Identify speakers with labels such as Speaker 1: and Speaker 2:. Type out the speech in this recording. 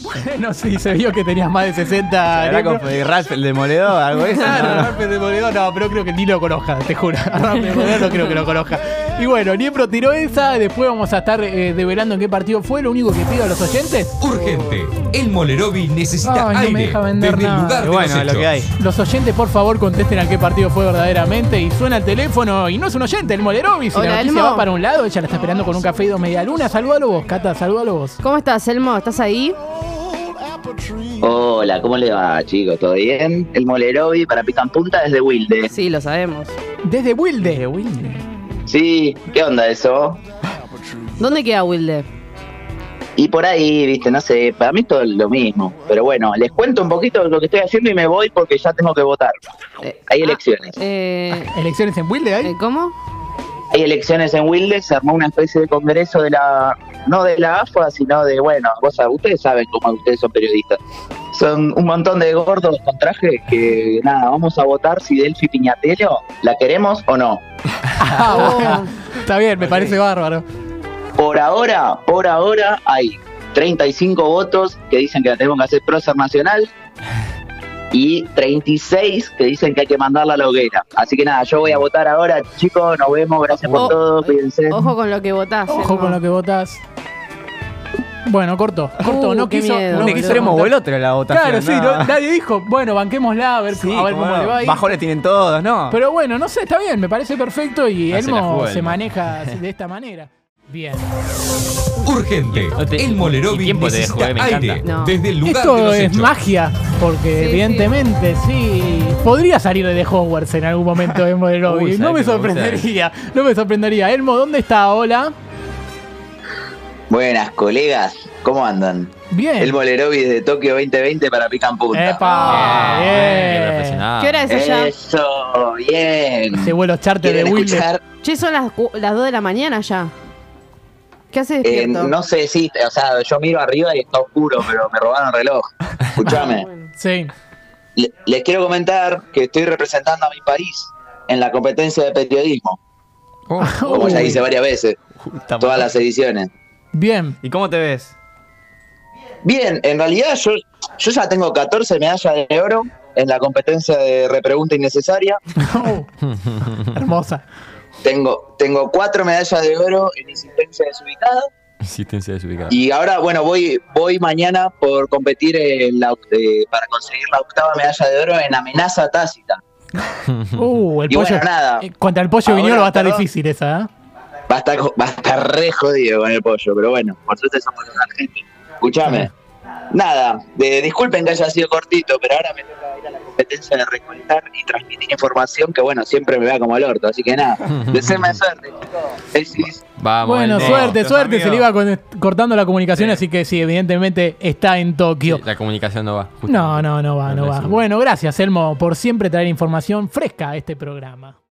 Speaker 1: no sé, se vio que tenías más de 60.
Speaker 2: ¿Era
Speaker 1: miembros.
Speaker 2: con Ralph el Demoledor algo de eso?
Speaker 1: Claro,
Speaker 2: No, no.
Speaker 1: Rafa de Demoledor, no, pero creo que ni lo conozca, te juro. A Rafa de Demoledor no creo que lo conozca. Y bueno, Niembro tiró esa, después vamos a estar eh, develando en qué partido fue. Lo único que pido a los oyentes,
Speaker 3: Urgente. El Molerovi necesita
Speaker 1: Ay, no me
Speaker 3: aire
Speaker 1: deja vender
Speaker 3: desde el
Speaker 1: nada.
Speaker 3: lugar de
Speaker 2: Bueno,
Speaker 3: los
Speaker 2: lo que
Speaker 3: hechos.
Speaker 2: hay.
Speaker 1: los oyentes por favor contesten a qué partido fue verdaderamente. Y suena el teléfono y no es un oyente, el Molerovi. Si
Speaker 4: Hola,
Speaker 1: la noticia
Speaker 4: Elmo.
Speaker 1: va para un lado, ella la está esperando con un café y dos medialunas. Saludalo vos, Cata, saludalo vos.
Speaker 4: ¿Cómo estás, Elmo? ¿Estás ahí?
Speaker 5: Hola, ¿cómo le va, chicos? ¿Todo bien? El Molerovi para Pican Punta desde Wilde.
Speaker 4: Sí, lo sabemos.
Speaker 1: Desde Wilde. Desde Wilde.
Speaker 5: Sí, ¿qué onda eso?
Speaker 4: ¿Dónde queda Wilde?
Speaker 5: Y por ahí, viste, no sé, para mí todo es lo mismo. Pero bueno, les cuento un poquito de lo que estoy haciendo y me voy porque ya tengo que votar.
Speaker 4: Eh,
Speaker 5: Hay
Speaker 4: ah,
Speaker 5: elecciones.
Speaker 4: eh,
Speaker 1: Ah, ¿Elecciones en Wilde hay?
Speaker 4: eh, ¿Cómo?
Speaker 5: Hay elecciones en Wilde, se armó una especie de congreso de la, no de la AFA, sino de, bueno, vos sab- ustedes saben cómo ustedes son periodistas. Son un montón de gordos con trajes que, nada, vamos a votar si Delphi Piñatelo la queremos o no.
Speaker 1: Ah, bueno. Está bien, me parece bárbaro.
Speaker 5: Por ahora, por ahora hay 35 votos que dicen que la tenemos que hacer prócer nacional y 36 que dicen que hay que mandarla a la hoguera. Así que nada, yo voy a votar ahora, chicos, nos vemos, gracias
Speaker 1: Oh,
Speaker 5: por
Speaker 4: O-
Speaker 5: todo, cuídense.
Speaker 4: Ojo con lo que votás.
Speaker 1: Ojo
Speaker 4: Elmo.
Speaker 1: con lo que votás. Bueno, corto, corto,
Speaker 4: Uh,
Speaker 1: no
Speaker 4: qué
Speaker 1: quiso. no
Speaker 4: miedo,
Speaker 2: Un
Speaker 4: boludo.
Speaker 1: quiso
Speaker 2: extremo o
Speaker 1: contar.
Speaker 2: el otro la votación.
Speaker 1: Claro, sí,
Speaker 2: no.
Speaker 1: no- nadie dijo, bueno, banquémosla a ver,
Speaker 2: Sí,
Speaker 1: a ver cómo
Speaker 2: bueno,
Speaker 1: le va a ir.
Speaker 2: Bajones tienen todos, ¿no?
Speaker 1: Pero bueno, no sé, está bien, me parece perfecto y
Speaker 2: Ah, se la
Speaker 1: Elmo
Speaker 2: jugó
Speaker 1: se
Speaker 2: Elmo.
Speaker 1: maneja así, de esta manera. Bien.
Speaker 3: Urgente.
Speaker 6: No te-
Speaker 3: el
Speaker 6: y
Speaker 3: Molerovi
Speaker 6: tiempo te
Speaker 3: necesita
Speaker 6: dejo, eh, me
Speaker 3: aire
Speaker 4: encanta. No.
Speaker 3: desde el lugar de
Speaker 1: Esto
Speaker 3: los
Speaker 1: es
Speaker 3: hechos.
Speaker 1: magia, porque
Speaker 4: Sí,
Speaker 1: evidentemente sí. Podría salir de Hogwarts en algún momento Elmo del lobby.
Speaker 6: Uy,
Speaker 1: no
Speaker 6: ¿sabes
Speaker 1: me
Speaker 6: que me gusta
Speaker 1: sorprendería, no me sorprendería. Elmo, ¿dónde está? Hola.
Speaker 5: Buenas, colegas, ¿cómo andan?
Speaker 1: Bien.
Speaker 5: El Molerovi desde Tokio 2020 para Pican Punta.
Speaker 1: Epa,
Speaker 2: Ah,
Speaker 6: Bien, bien,
Speaker 1: ah, bien.
Speaker 6: represionado.
Speaker 4: ¿Qué hora es allá?
Speaker 5: Eh, Eso, bien.
Speaker 1: Ese vuelo charter de
Speaker 5: ¿Quieren
Speaker 1: Wilde.
Speaker 5: escuchar?
Speaker 4: Che, son las, cu- las 2 de la mañana ya. ¿Qué haces
Speaker 5: Eh,
Speaker 4: despierto?
Speaker 5: no sé si, o sea, yo miro arriba y está oscuro, pero me robaron el reloj. Escuchame.
Speaker 1: Sí.
Speaker 5: Le- les quiero comentar que estoy representando a mi país en la competencia de periodismo, como ya
Speaker 1: Uy,
Speaker 5: hice varias veces,
Speaker 2: Puta
Speaker 5: todas
Speaker 2: madre.
Speaker 5: las ediciones.
Speaker 1: Bien.
Speaker 2: ¿Y cómo te ves?
Speaker 5: Bien, en realidad yo, yo ya tengo 14 medallas de oro en la competencia de repregunta innecesaria,
Speaker 1: Oh, Hermosa.
Speaker 5: tengo, tengo 4 medallas de oro en insistencia desubicada
Speaker 6: Existencia desubicada.
Speaker 5: y ahora, bueno, voy, voy mañana por competir en la, oct- eh, para conseguir la octava medalla de oro en amenaza tácita.
Speaker 1: Uh, el
Speaker 5: Y
Speaker 1: pollo.
Speaker 5: bueno, nada.
Speaker 1: eh, contra el pollo
Speaker 5: Ahora,
Speaker 1: viñolo va a estar
Speaker 5: perdón.
Speaker 1: difícil esa, ¿eh?
Speaker 5: Va a estar, jo- va a estar re jodido con el pollo, pero bueno, por suerte somos los argentinos. Escuchame. Nada, de- disculpen que haya sido cortito, pero ahora me toca ir a la competencia de recolectar y transmitir información que, bueno, siempre me va como el orto. Así que nada, deseenme suerte, chicos. Besis.
Speaker 6: Vamos.
Speaker 1: Bueno,
Speaker 6: Elmo.
Speaker 1: suerte,
Speaker 2: los
Speaker 1: suerte. Se le iba
Speaker 2: amigos.
Speaker 1: con- cortando la comunicación,
Speaker 2: Sí.
Speaker 1: así que sí, evidentemente está en
Speaker 6: Sí,
Speaker 1: Tokio.
Speaker 6: La comunicación no va. justamente.
Speaker 1: no, no, no va, no
Speaker 6: No,
Speaker 1: va.
Speaker 6: sí.
Speaker 1: Bueno, gracias, Elmo, por siempre traer información fresca a este programa.